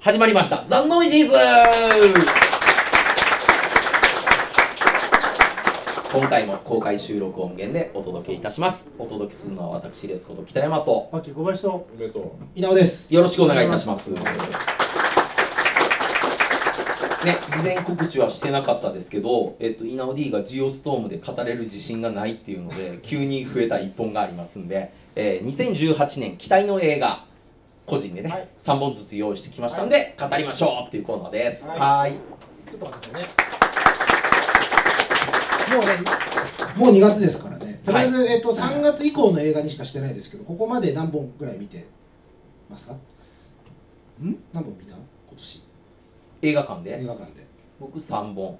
始まりました「残ノイジーズ」今回も公開収録音源でお届けいたしますお届けするのは私ですこと北山とパッキー小林とおめでとう。稲尾です。よろしくお願いいたします。ね、事前告知はしてなかったですけど、えっと、イナオ D がジオストームで語れる自信がないっていうので、急に増えた一本がありますんで、えー2018年期待の映画、個人でね、はい3本ずつ用意してきましたんで、語りましょうっていうコーナーです。はいはーい。ちょっと待ってね。もうね、もう2月ですからね。とりあえず、えっと3月以降の映画にしかしてないですけど、ここまで何本ぐらい見てますか？ん？何本見た？今年映画館映で、画館で。僕3本。何本だろ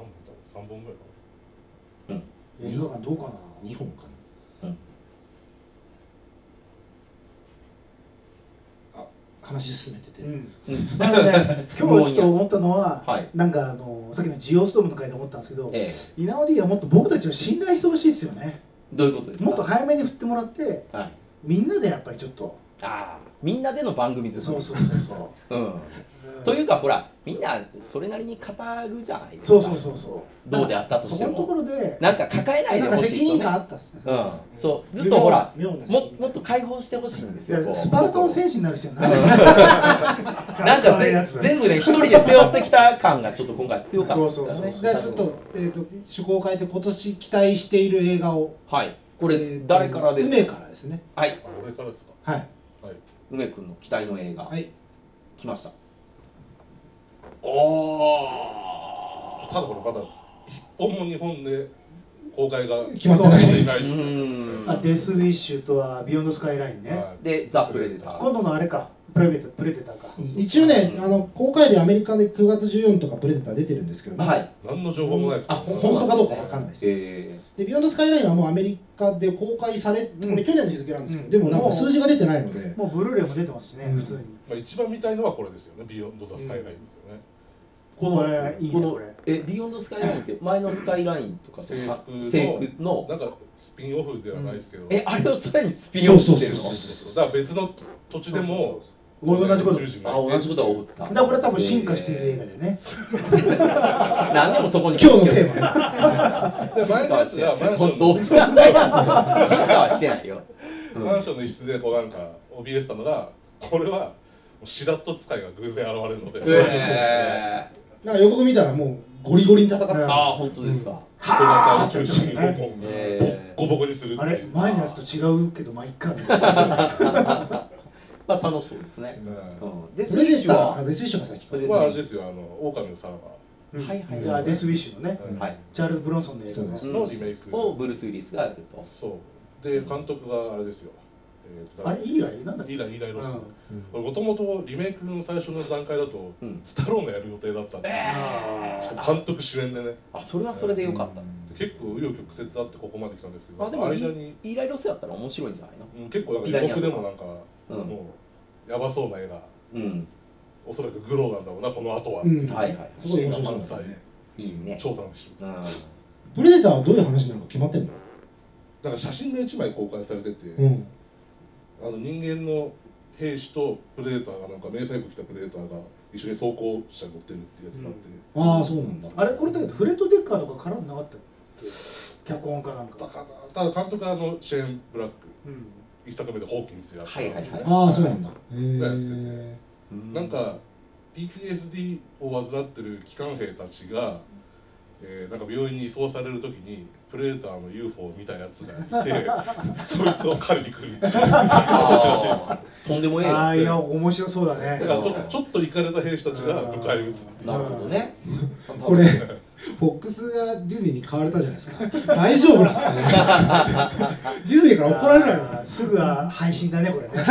う三本ぐらいか映画館どうかな2本かな。うんあ、話進めてて。うんうんなんか ね 今日ちょっと思ったのは、はいなんかあのさっきのジオストームの回で思ったんですけど、えイナオディはもっと僕たちを信頼してほしいですよねーどういうことですかもっと早めに振ってもらってはい。みんなでやっぱりちょっとああ、みんなでの番組です。そうそうそうそううん。うといううかほらみんなそれなりに語るじゃないですかそうそうそうそうどうであったとしてそこのとこもろでなんか抱えないでなんかほ責しい任ですよ感ねあったっすね。うんそうずっとほら妙な責任ももっと解放してほしいんですいやよこうスパルタのこ戦士になる必要うない うんなんかやぜつ全部ね一人で背負ってきた感がちょっと今回強かったですからねそうじゃあちょっと、えー、と趣向を変えて今年期待している映画をはいここれ誰からです梅からですねはいな。あ、俺からですか。はいはい。梅君の期待の映画はい来ましたおーただこれまだ一本も日本で公開が決まってないでうすーんあデスウィッシュとはビヨンドスカイラインね、はいでザ・プレデター今度のあれかプレベタプレデターか一応ねあの公開でアメリカで9月14とかプレデター出てるんですけど、はねい何の情報もないですあかほん本当かどうそかうなんですねわかんないえです、で「ビヨンドスカイラインはもうアメリカで公開されうんこれ去年の日付なんですけど、うんでもなんか数字が出てないので、もうブルーレイも出てますしね、うん普通にまあ一番見たいのはこれですよね。ビヨンドザスカイラインですよね。ここのれいいねこのこれえビヨンドスカイラインって前のスカイラインとかと制服あの制服のなんかスピンオフではないですけど。えあれをさらにスピンオフしてるのそうそうそうだから別の土地でも俺同じこと宇宙人がいあて同じことは思っただからこれは多分進化している映画だよね、画 何でもそこに今日のテーマで前のやつはマンションどっちかないなんですよ進化はしてないようんマンションの一室でこうなんか怯えてたのがこれはもうシラット使いが偶然現れるので、えーなんか予告見たらもうゴリゴリに戦ってた、うんああ本当ですか人だけを中心にこうボえッコボコにするってあいれう。マイナスと違うけどまあいっかみたいなまあ楽しそうですねうんうんでプスイレッデシタューあはデスイッシュが先かプレデまああれですよ、あの狼のさらばうんはいはいじゃあデスウィッシュのね、うんはいチャールズ・ブロンソンの映画ですそのリメイク。をブルース・ウィリスがやるとそう。で、監督があれですよ。えーとあれいいわよなんだっけイーランイーランロス。うんこれもともとリメイクの最初の段階だと、うんスタローンがやる予定だったんで、あしかも監督主演でね、あそれはそれでよかった結構紆余曲折あってここまで来たんですけど、まあでも間イに、イーライロスやったら面白いんじゃないのうん結構なんかイーラン予や告でもなんか、うんもうやばそうな映画、うんおそらくグローなんだろうな、この後は。うんはいはいすごい面白そうだねいいね超楽しみ。うんプレデターはどういう話なのか決まってんの、だから写真が1枚公開されてて、うんあの人間の兵士とプレデターがなんか迷彩服着たプレデターが一緒に装甲車に乗ってるってやつがあって、ああそうなんだあれこれだけどフレッド・デッカーとか絡んでなかったっけ脚本家なんだか、からただ監督はあのシェーン・ブラックうん、一作目でホーキンスやったんですはいはねいはああそうなんだへーえなんか PTSD を患ってる機関兵たちが、えーなんか病院に移送される時にプレデターの UFO を見たやつがいて そいつを狩りに来るっていう話らしいですあーとんでもええあなあいや面白そうだねだからちょ ちょっとイかれた兵士たちが迎え撃つっていうなるほどねこれフォックスがディズニーに買われたじゃないですか大丈夫なんですかねディズニーから怒られないあーすぐは配信だねこれね の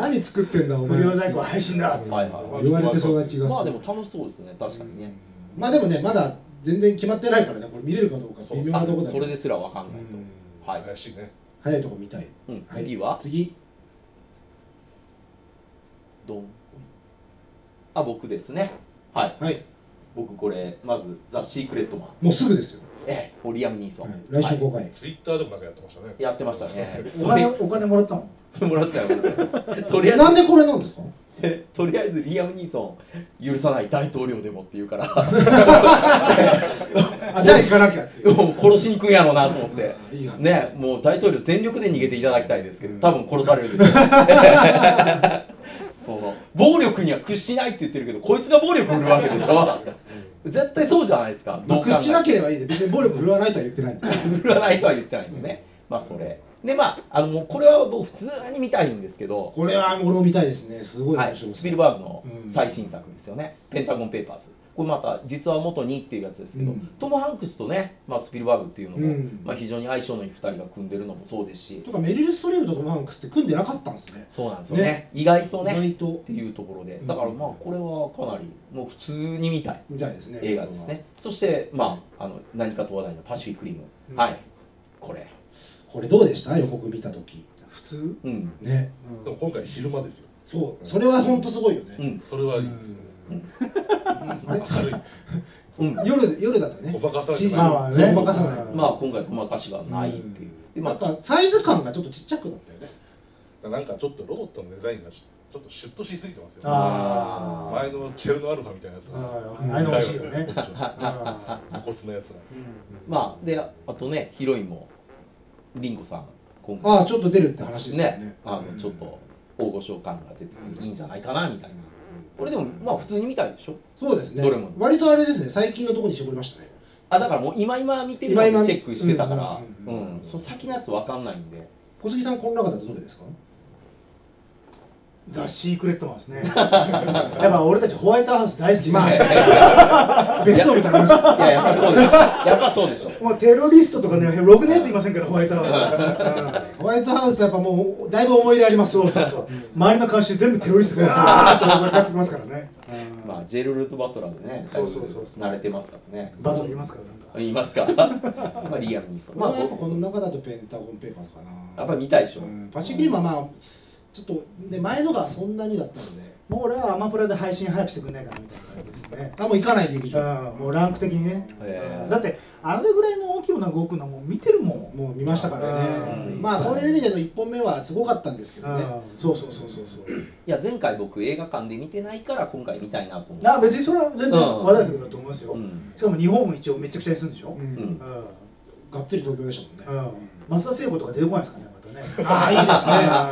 何作ってんだお無前料在庫配信だはいは言われてそうな気がするまあでも楽しそうですね確かにねまあでもねまだ全然決まってないからねこれ見れるかどうか微妙なあとこだけそどれですらわかんなういとんはい怪しいね早いとこ見たいうんはい次は次ドンあ僕ですねはいはい僕これまず「ザ・シークレットマンもうすぐですよ」ええ、リアム・ニーソン、はい来週公開。ツイッターでもなんかやってましたねいやってま したねお金お金もらったのもらったよとりあえずなんでこれなんですか？えとりあえずリアム・ニーソン許さない大統領でもって言うからあじゃあ行かなきゃってい う。もう殺しに行くんやろうなと思っていい話ねもう大統領全力で逃げていただきたいですけど多分殺されるでしょう その暴力には屈しないって言ってるけどこいつが暴力振るわけでしょ絶対そうじゃないですかまあどう考えて屈しなければいいで別に暴力振るわないとは言ってないんで。振らないとは言ってないんでねまあそれでまああのもうこれは僕普通に見たいんですけどこれは俺も見たいですね。すごいは面い、白いです。スピルバーグのうん最新作ですよね「ペンタゴン・ペーパーズ」これまた「実は元に」っていうやつですけど、うんトム・ハンクスとね、まあ、スピルバーグっていうのも、うんまあ、非常に相性のいい2人が組んでるのもそうですしとかメリル・ストリームとトム・ハンクスって組んでなかったんですね。そうなんですよねね意外と意ねっ外とていうところでうんだからまあこれはかなりもう普通に見たいみたいですね。映画ですねそしてまああの何かと話題の「パシフィック・リム」はいこれこれどうでした？予告見た時。普通、うんね。でも今回昼間ですよそう。それは本当すごいよね。うんそれはいいですねあれ明るいうん夜夜だとね。ごまかされて CG ないまあねそうごまかさない。まあ今回ごまかしがないっていう、でまなんあかサイズ感がちょっとちっちゃくなったよね。なんかちょっとロボットのデザインがちょっとシュッとしすぎてますよねあ前のチェルノアルファみたいなやつがあーああいうの欲しいよねこっちはあ露骨なやつがまあであとねヒロインもリンゴさん今回ああちょっと出るって話ですよね。ねあうのんちょっと大御所感が出てていいんじゃないかなみたいなこれでもまあ普通に見たいでしょそうですね。どれも割とあれですね。最近のところに絞りましたね。あだからもう今今見てるの今今にチェックしてたからううんうんうんんその先のやつわかんないんで小杉さんこの中だとどれですか？ザ・シークレットマンですね やっぱ俺たちホワイトハウス大好きままああベストみたいなもんですいややっぱそうでしょやっぱそうでしょもうテロリストとかねろくなやついませんからホワイトハウホワイトハウスはやっぱもうだいぶ思い入れありますス、うん、そうそうそう周りの監修全部テロリストがさそうそうそうやってますからね、うんまあジェル・ルート・バトラーでねそうそうそうそう慣れてますからねバトルいますからなんかいますか まあリアルにそうままああやっぱこのや中だとペンタゴンペーパーズかな。っぱり見たいでしょうんパシフィックリムはまあちょっとで前のがそんなにだったので、もう俺はアマプラで配信早くしてくんないかなみたいな感じですねあもう行かない劇場。うんもうランク的にね、へーだってあれぐらいの大きいものが動くのもう見てるもんもう見ましたからね。うんまあそういう意味での一本目はすごかったんですけどねう。んそうそうそうそうそう。いや前回僕映画館で見てないから今回見たいなと思ってな別にそれは全然話題作だと思いますよ、うんしかも日本も一応めちゃくちゃにするんでしょ、ううんうんんんがっつり東京でしたもんね。松田聖子とか出てこないですかねまたねああいいですね。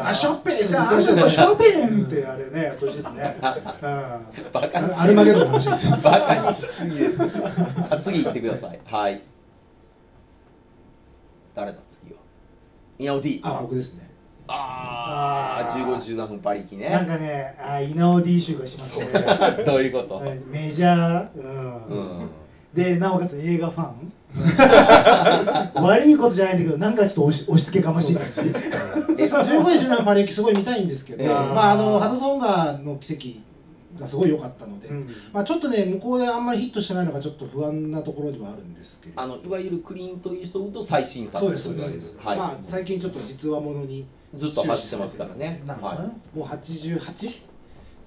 あショッピング。あショペンってあれねやってほしいです ね、バカにしアルマゲドンの 話ですよ。バカにしすぎですあ次行ってくださいはい誰だ次は稲尾 D あ僕ですね。ああ1517分馬力うん、なねんかねあイナオ D 集がしますねどういうことメジャー、うんうんでなおかつ映画ファ ン悪いことじゃないんだけどなんかちょっと押し押し付けがましい感じえ15位17パリ行きすごい見たいんですけど、ええまああのハドソン川の奇跡がすごい良かったので、うんまあちょっとね向こうであんまりヒットしてないのがちょっと不安なところではあるんですけれあど。のいわゆるクリント・イーストウッド最新作そうですそうです。はい、まあ最近ちょっと実話ものにずっと走ってますからねなるほどねはもう88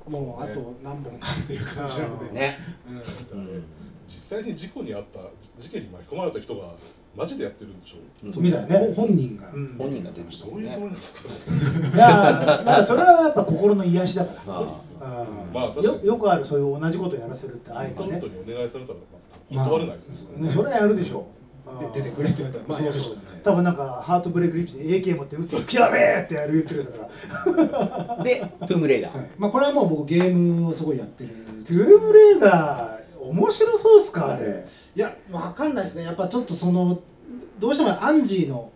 もうあと何本かっていう感じなのでい、。ね、うん実際に事故に遭った事件に巻き込まれた人がマジでやってるんでしょうんそうみたいねほ本人がうん本人が出ましたどもうんいうつもねりなんですかねいやまあそれはやっぱ心の癒しだからさあうんまあ確かよによくあるそういう同じことやらせるってあえスてカウねトにお願いされたらまあ断れないですよねそれはやるでしょで出てくるれって言われたらまあやるしかない。多分なんかハートブレイクリップで AK 持って撃つキラべーってやる言ってるんだからでトゥームレイダー、はい、まあこれはもう僕ゲームをすごいやってるトゥームレーダー面白そうっすかあれいやわかんないですねやっぱちょっとそのどうしてもアンジーの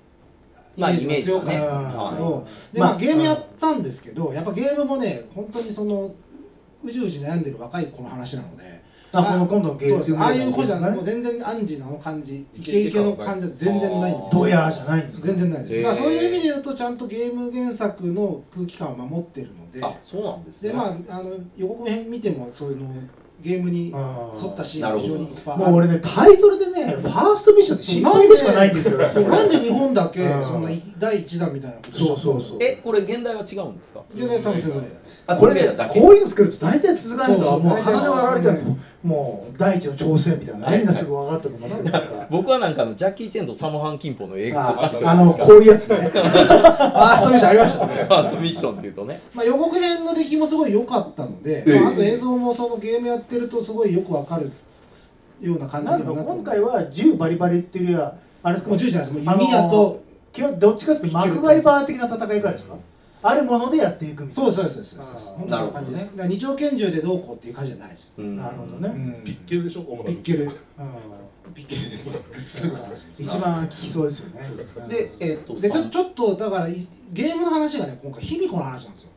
イまメあージが強イかメージったはねんですけはどいでままああゲームやったんですけどやっぱゲームもね本当にそのうじうじ悩んでる若い子の話なのであこの今度のゲーそうムですああいう子じゃないもうい全然アンジーのあの感じイイケケイイケケのの感感じじは全然ないんですドヤじゃないんですか全然ないです、へーまあそういう意味で言うとちゃんとゲーム原作の空気感を守ってるのであそうなんですねでまああの予告編見てもそういうのゲームに沿あーったシなーるンほどが非常にいっぱいあるもう俺ねタイトルでねファーストミッションって新興でしかないんですよ だってそうなんで日本だけうんそんな第一弾みたいなことしちゃったそうそうそうえこれ現代は違うんですかでね多分全部ですあこれトルねネードだけこういうの作ると大体続かないからそうそうもう鼻で笑われちゃう大体もう第一の挑戦みたいな何がすぐ分かったと思いますけど僕はなんかあのジャッキー・チェンとサモハン・キンポの映画あをあのこういうや つねああストーリーじゃありましたねファーストミッションっていうとねまあ予告編の出来もすごい良かったので、ええまあ、あと映像もそのゲームやってるとすごいよくわかるような感じなんにかはなって今回は銃バリバリっていうよりはあれですかもう銃じゃないですもう弓矢あのと基本どっちかっていうとマクガイバー的な戦いからですかあるものでやっていくみたいそなうそうそうそうそう本当そんな感じですなるほどねだから二丁拳銃でどうこうっていう感じじゃないです、うんなるほどうね、ん、ピッケルでしょ主なピッケルうピッケルでもうぐっすぐっすん、一番効きそうですよねでえっとでちょちょっとだからいゲームの話がね今回卑弥呼の話なんですよ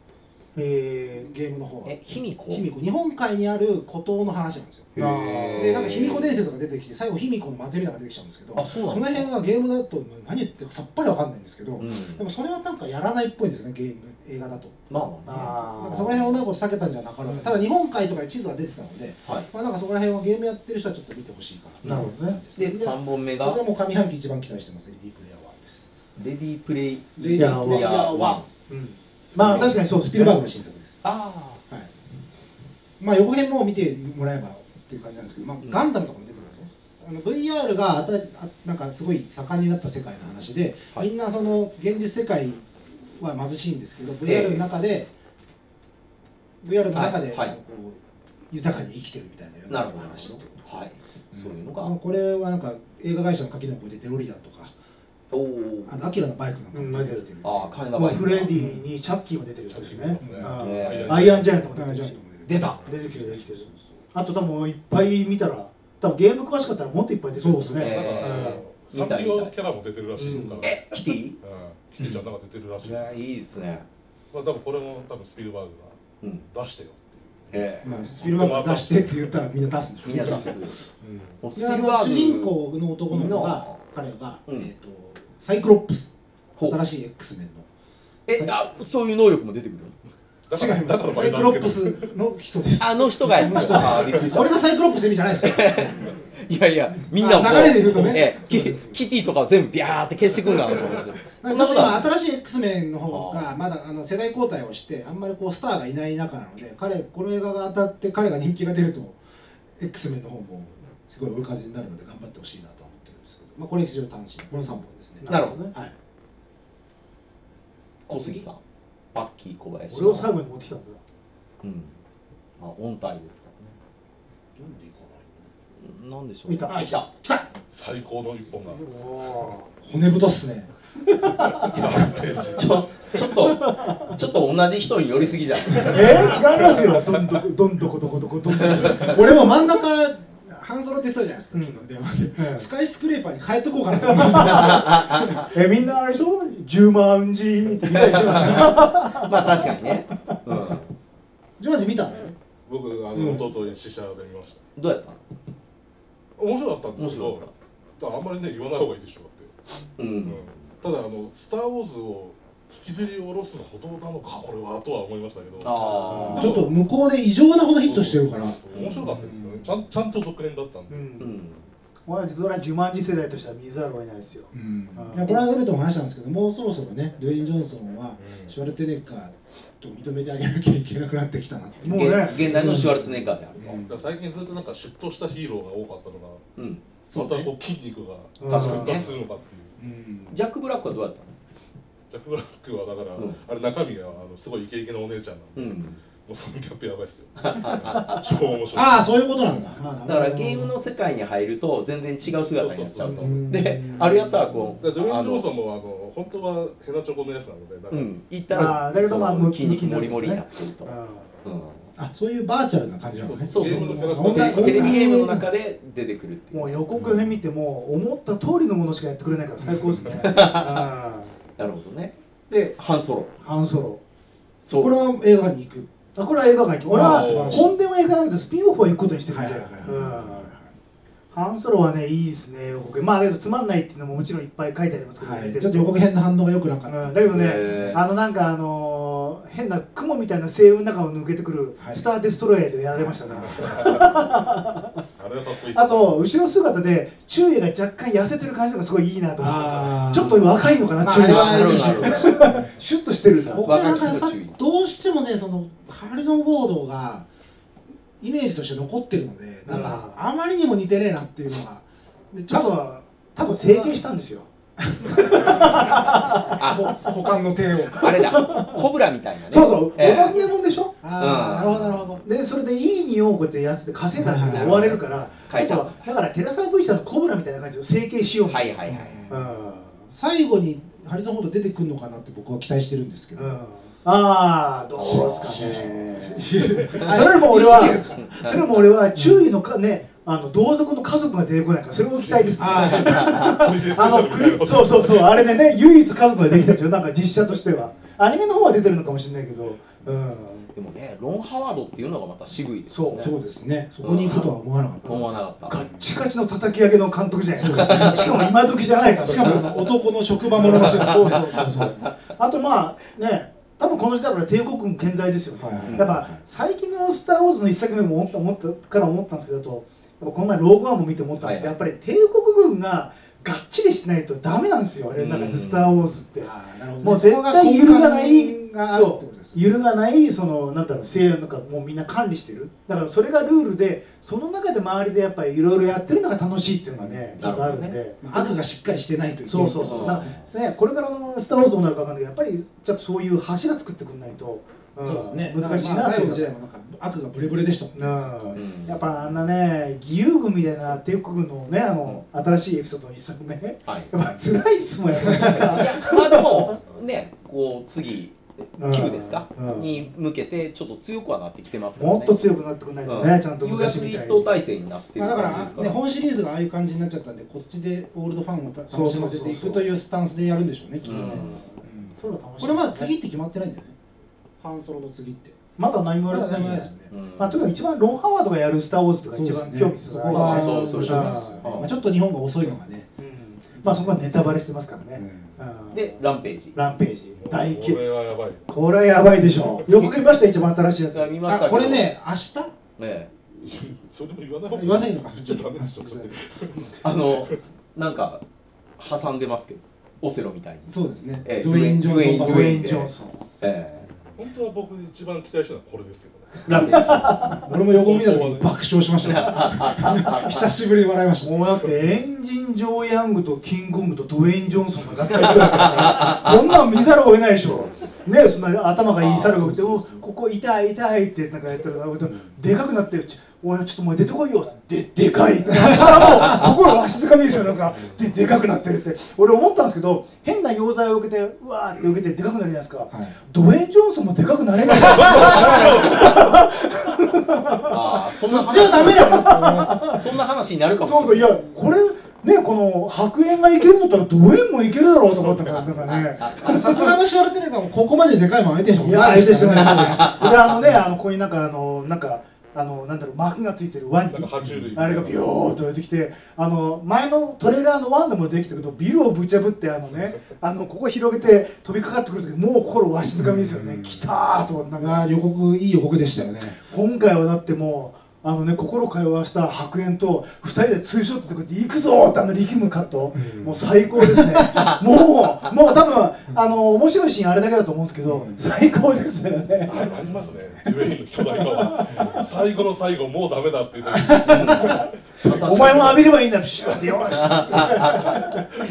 えゲームの方はえ卑弥呼卑弥呼日本海にある孤島の話なんですよへーでなんか卑弥呼伝説が出てきて最後卑弥呼の祭りなんか出てきちゃうんですけどあそうなんのですか辺はゲームだと何言ってるかさっぱりわかんないんですけど、うんでもそれはなんかやらないっぽいんですよねゲーム映画だとまあまああーなんかそこら辺はうまいこと避けたんじゃなかろうか、うんただ日本海とかに地図が出てたので、はいまあ、なんかそこら辺はゲームやってる人はちょっと見てほしいかー、ななるほどねですねで3本目これがはもう上半期一番期待してます LD プレイヤー1です「レディープレイレディープレイヤー1 1」うんまあ確かにそうスピルバーグの新作ですあはいまあ横編も見てもらえばっていう感じなんですけど、まあ、ガンダムとかも出てくるんですねあの VR があたあなんかすごい盛んになった世界の話で、はいみんなその現実世界は貧しいんですけど VR の中で、VR の中で、はいはいあのこう豊かに生きてるみたいな世あのなる中ほのど話ってことですはいそういうのまあがこれはなんか映画会社の垣根を越えてデロリアンとかおおあのアキラのバイクなんかも出てきてる、ああ金田もバうイフレディにチャッキーも出てる人ですねう。んあねあアイアンジャイアントも出てるし。出た出てきてる出てきてるあと多分いっぱい見たら、多分ゲーム詳しかったらもっといっぱい出てくるんですそうそうね。えーなんかサンリオキャラも出てるらしいですから、うん、えキティキティちゃんなんか出てるらしいいでやす、いいですねまあ多分これも多分スピルバーグうんが出してよっていう、ええまあ、スピルバーグ出してって言ったらみんな出すんでしょみんな出すうんおスであピルのバーグ主人公の男の子がの彼が、うんえー、とサイクロップスほう新しい X メンのえあそういう能力も出てくるだか違らいますサイだクからロッバイトプつけてスの人ですあの人がやったの人あーびっくでりしすたこれがサイクロップスの意味じゃないですよいやいやみんなもあ流れで言うとねええそうキですキティとか全部ビャーって消してくんだなと思うんですよなんかちょっと今新しい X メンの方がまだあの世代交代をしてあんまりこうスターがいない中なので彼この映画が当たって彼が人気が出ると X メンの方もすごい追い風になるので頑張ってほしいなとは思ってるんですけど、まあ、これ非常に楽しみこの3本ですねなるほどねはい、小杉さんパッキー小林それを最後に持ってきたんだ。うんまあ音体ですからなんでいいかなねなんでしょう見たあ来た最高の一本がお骨太っすねちょちょっとちょっと同じ人に寄りすぎじゃん ーえー、違いますよ。どんどこどんどこどこどこどんどこ。俺も真ん中半ソロって言ってたじゃないですか、うん昨日電話で、うんスカイスクレーパーに変えとこうかなと思いました えみんなあれでしょ？十万字って見たでしょ？まあ確かにね、うん、ジョージ見たの僕あの弟に試写で見ました、どうやったの面白かったんですけ面白かどただあんまりね言わない方がいいでしょだって、うん、うんただあの「スター・ウォーズ」を引きずり下ろすほどなのかこれはとは思いましたけどああちょっと向こうで異常なほどヒットしてるから面白かったですよねちゃんちゃんと続編だったんう。で、うんん俺は実は十万字世代としては見ざるを得ないですよ。うんうんいやこの間ルトも話したんですけどもうそろそろねドウェイン・ジョンソンはうんシュワルツェネッガーと認めてあげなきゃいけなくなってきたなってもう現ね現代のシュワルツェネッガーであるうだんから最近ずっとなんかシュッとしたヒーローが多かったのがうんそうまたこねう筋肉がう確んか復にね活するのかっていううんジャック・ブラックはどうやったのジャック・ブラックはだから、うんあれ中身があのすごいイケイケのお姉ちゃんなので、うもんうそのギャップやばいっす よ超面白いああそういうことなんだだからゲームの世界に入ると全然違う姿になっちゃうとうんであるやつはこうだからドウェイあン・ジョンソのンもあの本当はヘナチョコのやつなのでなんか、うん行ったらあーだけどまあそのムキムキ筋にな肉るモリモリになってるとううんあそういうバーチャルな感じなのねそうそうゲームのキャラクテターレテでレビゲームの中で出てくるってん。いもうう予告編見ても思った通りのものしかやってくれないから最高ですね。うんなるほどねで半ソロハンソロ。ソロこれは映画に行くあこれは映画館行く俺あー素晴はらしい本殿は行かないけどスピンオフは行くことにしてるんはで、いはいはいうんハンソロはねいいですね予告まあだけどつまんないっていうのももちろんいっぱい書いてありますけど、は見いてるちょっと予告編の反応が良くなかったうんだけどね、えーあのなんかあのー変な雲みたいな星雲の中を抜けてくるはいスター・デストロイヤーでやられましたね、あれはかっこいいっすねあと後ろ姿で中衛が若干痩せてる感じがすごいいいなと思ったあーちょっと若いのかなまあ中衛あれはいいなるほどなシュッとしてるんだ僕はなんかやっぱりどうしてもねそのハリソン・フォードがイメージとして残ってるのでなんかあまりにも似てねえなっていうのがでちょ多っと分多分整形したんですよあほ股間の手をあれだコブラみたいなねそうそう、ええお尋ねもんでしょああなるほどなるほどでそれでいい匂いをこうやってやつで稼いだんではい追われるからはいちょっとだからテラサ V 社のコブラみたいな感じを整形しようみはたいいなはいはいうん最後にハリソン・フォード出てくるのかなって僕は期待してるんですけど、うんああどうですかねそれよりも俺生きはそれよりも俺は注意のかねあの同族の家族が出てこないからそれも期待ですねあーそうあのクリそうそうそうあれでね唯一家族ができたというなんか実写としてはアニメの方は出てるのかもしれないけどうんでもねロン・ハワードっていうのがまた渋いですそようねそうですねそこに行くとは思わなかった、思わなかったガッチガチの叩き上げの監督じゃないですかしかも今時じゃないからしかもあの男の職場ものの人ですそうそうそうそうあとまあね多分この時代から帝国軍健在ですよね、はいはいはいやっぱ最近の「スター・ウォーズ」の一作目も思った思ったから思ったんですけどとやっぱこの前「ローグワン」も見て思ったんですけど、はいやっぱり帝国軍ががっちりしないとダメなんですよあれの中うでん「スター・ウォーズ」ってああなるほどねもう絶対揺るがないそこが根幹があるってことですね揺るがないそのなんだろう西洋なんかもうみんな管理してるだからそれがルールでその中で周りでやっぱりいろいろやってるのが楽しいっていうのがねちょっとあるんでなるほどまあ悪がしっかりしてないといけないそうそうそうう。んだからね、これからのスター・ウォーズどうなるかわかんないけど、やっぱりちょっとそういう柱作ってくんないと、うんそうですね難しいまなあっていう最後のの時代もなんか悪がブレブレでしたもんねがうんうんやっぱあんなね、義勇軍みたいな帝国軍のね、あの新しいエピソードの一作目、やっはいぱ辛いっすもんやっ ぱまあでもねこう次うん9ですか、うんに向けてちょっと強くはなってきてますり。からねもっと強くなってくんないとうね、んちゃんとようやく昔みたい一に等。体制になってまるあ、だか感じですら、からね、本シリーズがああいう感じになっちゃったんでこっちでオールドファンをたそうそう楽しそうまそうせていくというスタンスでやるんでしょうねきっとね、うんうんそうだ楽しいこれまだ次って決まってないんだよね半ソロの次ってまだ何もま言だわれて何なもいないんでですすもんねうんまあ、とにかく一番ロン・ハワードがやるスター・ウォーズとか一番興味そ津こ々がそ面うそ白ういですそうよねうんまあちょっと日本が遅いのがね、うんまあそこはネタバレしてますからね。うんでランページランページ大こ記れはやばいこれはやばいでし ょ予告見ました一番新しいやつ見ましあたけどこれね明日ねそれも言わない方が言わないのか ちょっとダメでしょあのなんか挟んでますけどオセロみたいにそうですね、ええドウェイン・ジョンソンバドスウェイン・ジョンソンえ本当は僕一番期待したのはこれですけどねえランペー俺も横見た時に爆笑しました久しぶりに笑いましたもうだってエンジン・ジョー・ヤングとキングコングとドウェイン・ジョンソンが合体してるからこんなん見ざるを得ないでしょねそんな頭がいい猿が打って「おここ痛い痛い」ってなんかやってるからでかくなってちょ「おいちょっとお前出てこいよ」ででか いだからもう心わしづかみですよなんか ででかくなってるって俺思ったんですけど変な要罪を受けてうわーって受けてでかくなるじゃないですか、はいドウェイン・ジョンソンもでかくなれないジああそんそなっちは話ダメだよって思いますそんな話になるかもしれそなういそういやこれねこの白煙がいけるんだったらドウェインもいけるだろうと思ったからなんかね さすがのシュワルツェネッガーもここまででかいもん相手にしいもやな相い手してかないらねですであのねあのこういうなんかあのなんかあのなんだろう膜がついてるワニなんか爬虫類みたいなあれがビヨーっと出てきてあの前のトレーラーのワンでもできたけどビルをぶち破ってあのねあのここ広げて飛びかかってくる時もう心わしづかみですよね来たーとなんかあー予告いい予告でしたよね今回はだってもうあのね心通わした白煙と2人でツーショットでこうやって行くぞーってあの力むカット、うんもう最高です ねもうもう多分あの面白いシーンあれだけだと思うんですけど、最高ですよねあありますねデュエインの巨大化 は最後の最後もうダメだっていう時お前も浴びればいいんだよシューってよ し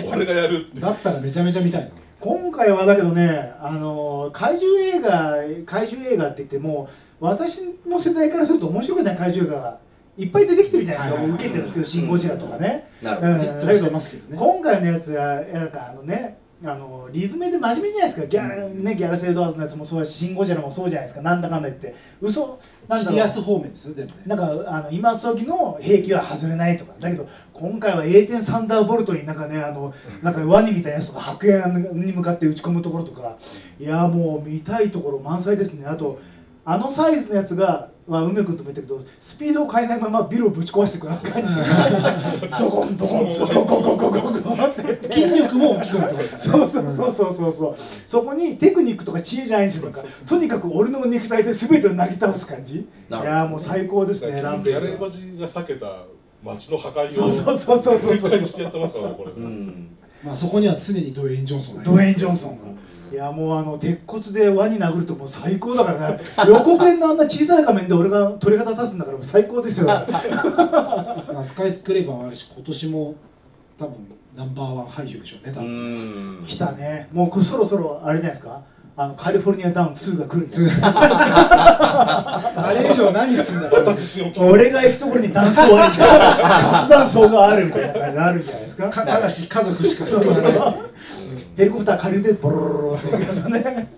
俺がやるってだったらめちゃめちゃ見たいな今回はだけどねあの怪獣映画怪獣映画って言っても私の世代からすると面白くない怪獣映画がいっぱい出てきてるじゃないですか、はいはいはいもう受けてるんですけど「シン・ゴジラ」とかね、なるほうどんヒットはしてますけどね今回のやつはなんかあのねあのリズムで真面目じゃないですかギャラ、ね、ギャラセイドアーズのやつもそうだしシン・ゴジラもそうじゃないですかなんだかんだ言って嘘なんシだろリアうス方面ですよ全部ねなんかあの今時の兵器は外れないとかだけど今回は A 点サンダーボルトになんかねあのなんかワニみたいなやつとか白煙に向かって打ち込むところとかいやもう見たいところ満載ですねあとあのサイズのやつがは梅君とも言ったけどスピードを変えないままビルをぶち壊していくような感じドコンドコンゴコゴコゴコゴコって筋力も大きくなってますからそねうそうそうそうそうそうそこにテクニックとか知恵じゃないんですよなんかとにかく俺の肉体で全てをなぎ倒す感じいなるほどやーもう最高ですねラランンペペーやジれはばじが避けた町の破壊をそうそうそうそうそうそう繰り返してやってますからねこれ、うんまあそこには常にドウェイン・ジョンソンがいるドウェイン・ジョンソンがいやもうあの鉄骨で輪に殴るともう最高だからね横剣のあんな小さい画面で俺が鳥肌立つんだからもう最高ですよだからスカイスクレーパーもあるし今年も多分ナンバーワン俳優でしょうね多う分、ん来たねもうこそろそろあれじゃないですかあのカリフォルニアダウン2が来るんですよあれ以上何すんだろう私の俺が行くところに断層あるみたいな活断層があるみたいな感じになるんじゃないですかかただし家族しか救われないっていうヘリコプター借りてボロロロロそうですね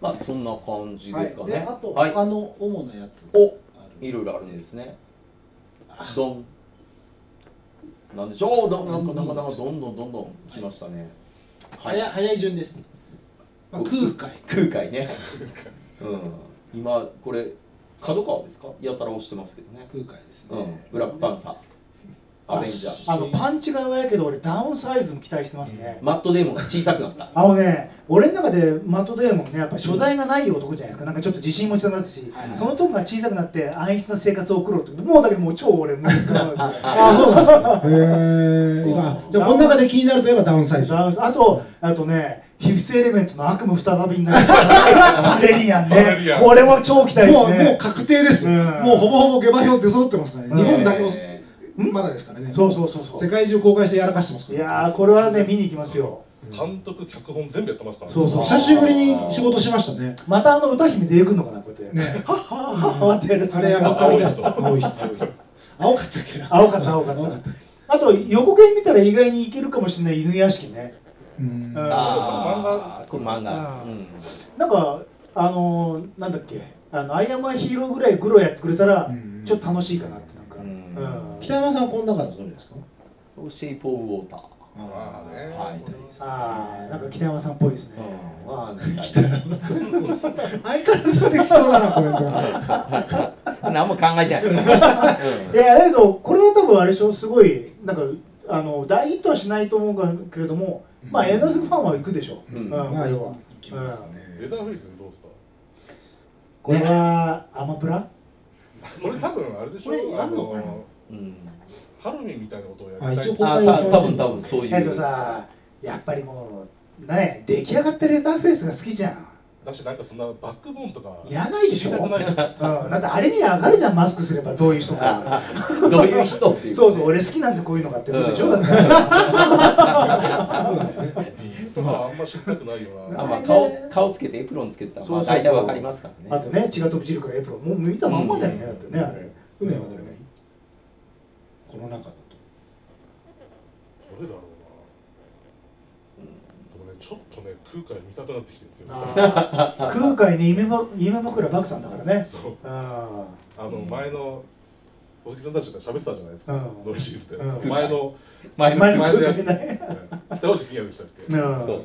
まあそんな感じですかはい、でねあとはい他の主なやつがおあるいろいろあるんですね。どん。なんでしょう。どんなんかなんかなんかどんどんどんどん来ましたね。はい。早早い順です、まあ、空海空海ね。うん。今これ角川ですか。やたら押してますけどね。空海ですね、うん。ブラックパンサー。アベンジャー。あのパンチが弱いけど俺ダウンサイズも期待してますね、マットデーモンが小さくな った。あのね、俺の中でマット・デーモンね、やっぱ所在がない男じゃないですか、なんかちょっと自信持ちになったし、はいはいそのとこが小さくなって、安逸な生活を送ろうって、もうだけどもう超俺、無理使うああそうなんですねへえあじゃあこの中で気になるといえばダウンサイズダウンあと、あとね、ヒフスエレメントの悪夢再びに なる、バレリアンバレリねア、ンこれも超期待でもすうもうね。確定ですよ、うんもうほぼほぼ下馬評出揃ってますからね、うん日本だけもえまだですからねそうそうそうそ世う。界中公開してやらかしてますかいらやー、これはね、見に行きますよ。監督脚本全部やってますからねそうそう久しぶりに仕事しましたねまたあの歌姫出てくんのかな、こうやって。 はっはっはっはってやるやつあれやめた青い人青い人青かったっけな青かった、青かった。あと、横剣見たら意外にいけるかもしれない犬屋敷ね。うんうんーああ。これ漫画。うんうん。なんかあのーなんだっけあのアイアンマンヒーローぐらいグロやってくれたら、うんちょっと楽しいかなってなんか、うんうん北山さんはこの中でどれですかシェイプオブウォーター。ああねはいみたいですああなんか北山さんっぽいですね、うん。まあみたいな。相変わらず適当だなコメントが何も考えてない。いやだけどこれは多分あれでしょすごいなんかあの大ヒットはしないと思うけれども、まあうんエナズファンは行くでしょ、うんこれまあいはきますねレザーフェイスどうですかこれはアマプラこれ多分あれでしこょれやあるのかなのうん。ハロウィンみたいなことをやりあたい一応こあ、た多分多分そういう。えっとさやっぱりもうね出来上がったレーザーフェイスが好きじゃんだしなんかそんなバックボーンとかいらないでしょ知りたくないうん、だってあれ見りゃ上がるじゃんマスクすればどういう人かどういう人っていう。そうそう、俺好きなんでこういうのがってことでしょ、だって理由とかあんま知りたくないよなああまあ、あ顔れね顔つけてエプロンつけてたら、まあ、そうそう大そう体わかりますからね。あとね、血が飛び散るからエプロン、もう見たまんまだよね、だってね、あれ。梅はどれがいいこの中だとどれだろうな、でもねちょっとね空海見たくなってきてるんですよ空海に夢ば夢枕漠さんだからね。そうあ あの前の小杉さんたちが喋ってたじゃないですか、うんノイジーズで、うん前のあ前の前の前の空 や海つね。うん北星金也でしたっけ、うんそう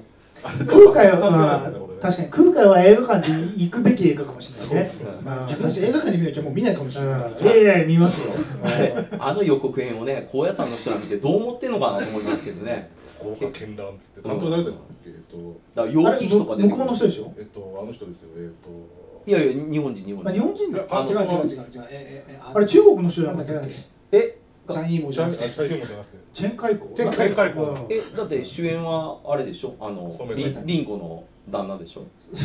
あれ空海は、バまッあクボーンなんだよねこれね確かに空海は映画館で行くべき映画かもしれないね。そうそうまあ逆にして映画館で見なきゃもう見ないかもしれないうんいやいや、見ますよ。あれあの予告編をね、高野山の人ら見てどう思ってんのかなと思いますけどね。豪華絢爛っつって担当誰だっけ、えっとだから陽気とかあ出れてく向こうのる。人でしょえっとあの人ですよえっといやいや、日本人、日本ま人。あ日本人だよ。あ違う違うあの違う違うえええあれ中国の人じゃなんなだかっっけたなえ、っけんだっけチャンイーモーチじゃャなンくてチャンヒムじゃなくてチェンカイコチェンカイ天海公うんえ、だって主演はあれでしょあの染、り谷リンコの旦那でしょ染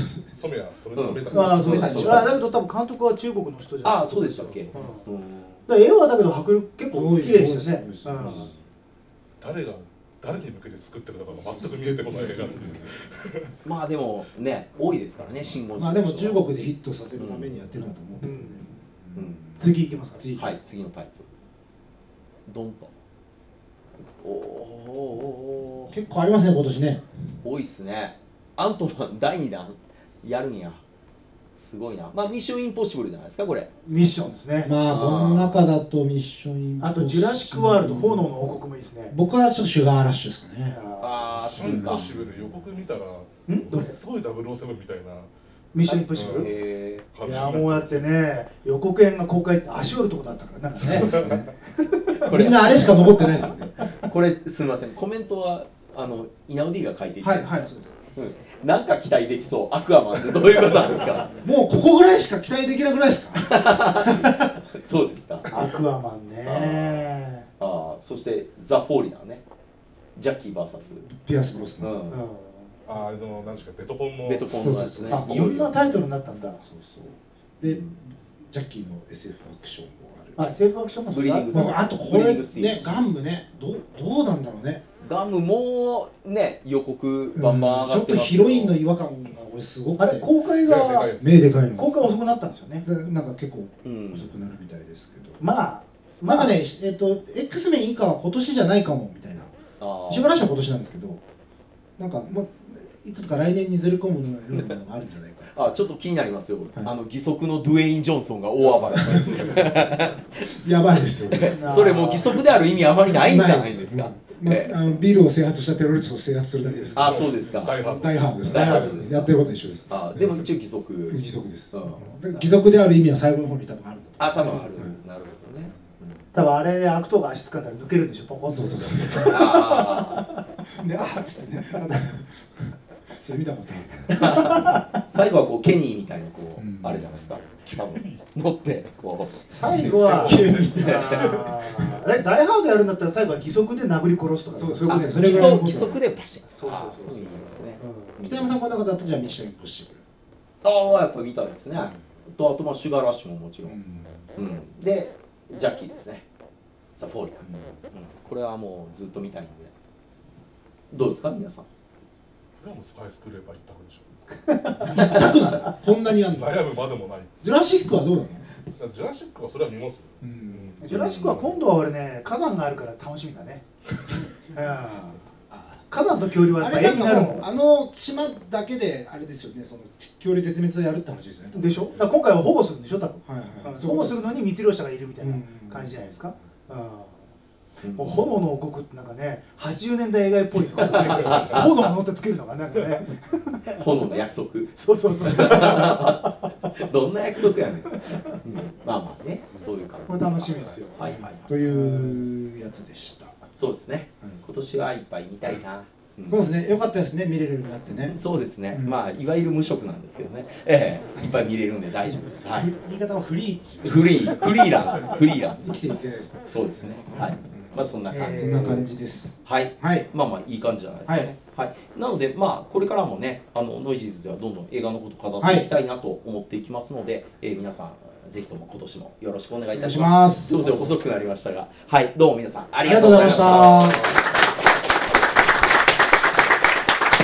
谷それで染谷ああ、そうでですですねしょ。あだけど多分監督は中国の人じゃあなあ、いそうでしたっけううん。だから絵はだけど迫力結構綺麗でしたね多いですうん多いです多いです誰が誰に向けて作ってるのかが全く見えてこない映画っていうまあでもね、多いですからね、新言まあでも中国でヒットさせるためにやってるんだと思うけどねうんうん次行きますか次はい、次のタイトル。ドンと。おーおーおー結構ありますね今年ね多いっすね。アントマン第2弾やるんや。すごいな。まあ、ミッションインポッシブルじゃないですか、これ。ミッションですねまあこの中だとミッションインポッあとシブル「ジュラシック・ワールド炎の王国」もいいですね僕はちょっとシュガーラッシュですかねああ、シン通ポッ過。シブル予告見たらんどれすごい007みたいなミッション・インポッシブルへ感いじやもうだってね予告編が公開して足折るとこだったからなんかねこみれんなあれしか残ってないですよねこれすみませんコメントはあのイナウディが書いていて、はいはいそうですうんなんか期待できそうアクアマンってどういうことなんですか もうここぐらいしか期待できなくないですかそうですかアクアマンねああそしてザ・フォーリナーねジャッキー VS、ピアスブロスうの、うんん、ああの何ですかベトコンのベトコンのやつねそうあこんなタイトルになったんだそうそうでジャッキーの SF アクションもあるあセーフアクションもブリーディングまあ、あとこブリーデれィングスティーねガンムねどうどうなんだろうねガムもね予告バンバン上がってうんちょっまとすけヒどロインの違和感が俺すごくてあれ公開いやがでかい目でかいの公開遅くなったんですよねでなんか結構うん遅くなるみたいですけど、まあなんかね、えっと、X メン以下は今年じゃないかもみたいなああ一番話は今年なんですけどなんか、まあ、いくつか来年にずれ込むようなものがあるんじゃないかあちょっと気になりますよ、はいあの義足のドゥエイン・ジョンソンが大暴れしてますねやばいですよねそれもう義足である意味あまりないんじゃないですかまあええあのビルを制圧したテロリストを制圧するだけですからあそうですか大ハード大ハードです大ハードですやってることは一緒ですあでも一応義足義足です、うんで義足である意味は最後の方に多分あるんだとあ多分ある、うんなるほどね、多分あれで悪党が足つかんだら抜けるんでしょポコンとそうそうそうあであっつってねまたそれ見たことあるあ最後はこうケニーみたいにこう、うんあれじゃないですか多分乗ってこう最後は急にあーえダイハードやるんだったら最後は義足で殴り殺すとかそうそういうことあですそれ義ぐらいの足こと義足でパシャそうそうそうあいいですねう北山さんこんな方だとじゃあミッションインポッシブルああやっぱ見たいですね、とあとまあシュガーラッシュももちろん、うん、でジャッキーですねザ・フォーリア、うん、これはもうずっと見たいんでどうですか皆さんこれはもうスカイスクレーパー一択でしょ一択なんだこんなにあんの悩むまでもないジュラシックはどうなのだからジュラシックはそれは見ますようんんジュラシックは今度は俺ね火山があるから楽しみだ ねうん火山と恐竜はやあっぱれな絵んになかるもうもあの島だけであれですよねその強烈絶滅をやるって話ですよねんでしょだから今回は保護するんでしょ多分はいうんはい保護するのに密漁者がいるみたいなうん感じじゃないですかうんうんもう炎の王国ってなんかね80年代映画っぽいの 炎のってつけるのがなんかね炎の約束そうそうそうそうどんな約束やねん、うん、まあまあねそういう感じこれ楽しみですよはいはいはいというやつでした、はそうですねい、今年はいっぱい見たいな、うんそうですね良かったですね見れるようになってねそうですね、うんまあいわゆる無職なんですけどね、ええ、いっぱい見れるんで大丈夫です、はい、言い方はフリーフリーフリーランスフリーラン生きていけないですスそうですねはいまあそんな感じ、そんな感じですはいはいまあまあいい感じじゃないですかね、はいなのでまあこれからもねあのノイジーズではどんどん映画のことを語っていきたいなと思っていきますので、えー皆さんぜひとも今年もよろしくお願いいたしますお願いしまというこすとで遅くなりましたがはいどうも皆さんあありがとうございましたりがとうございました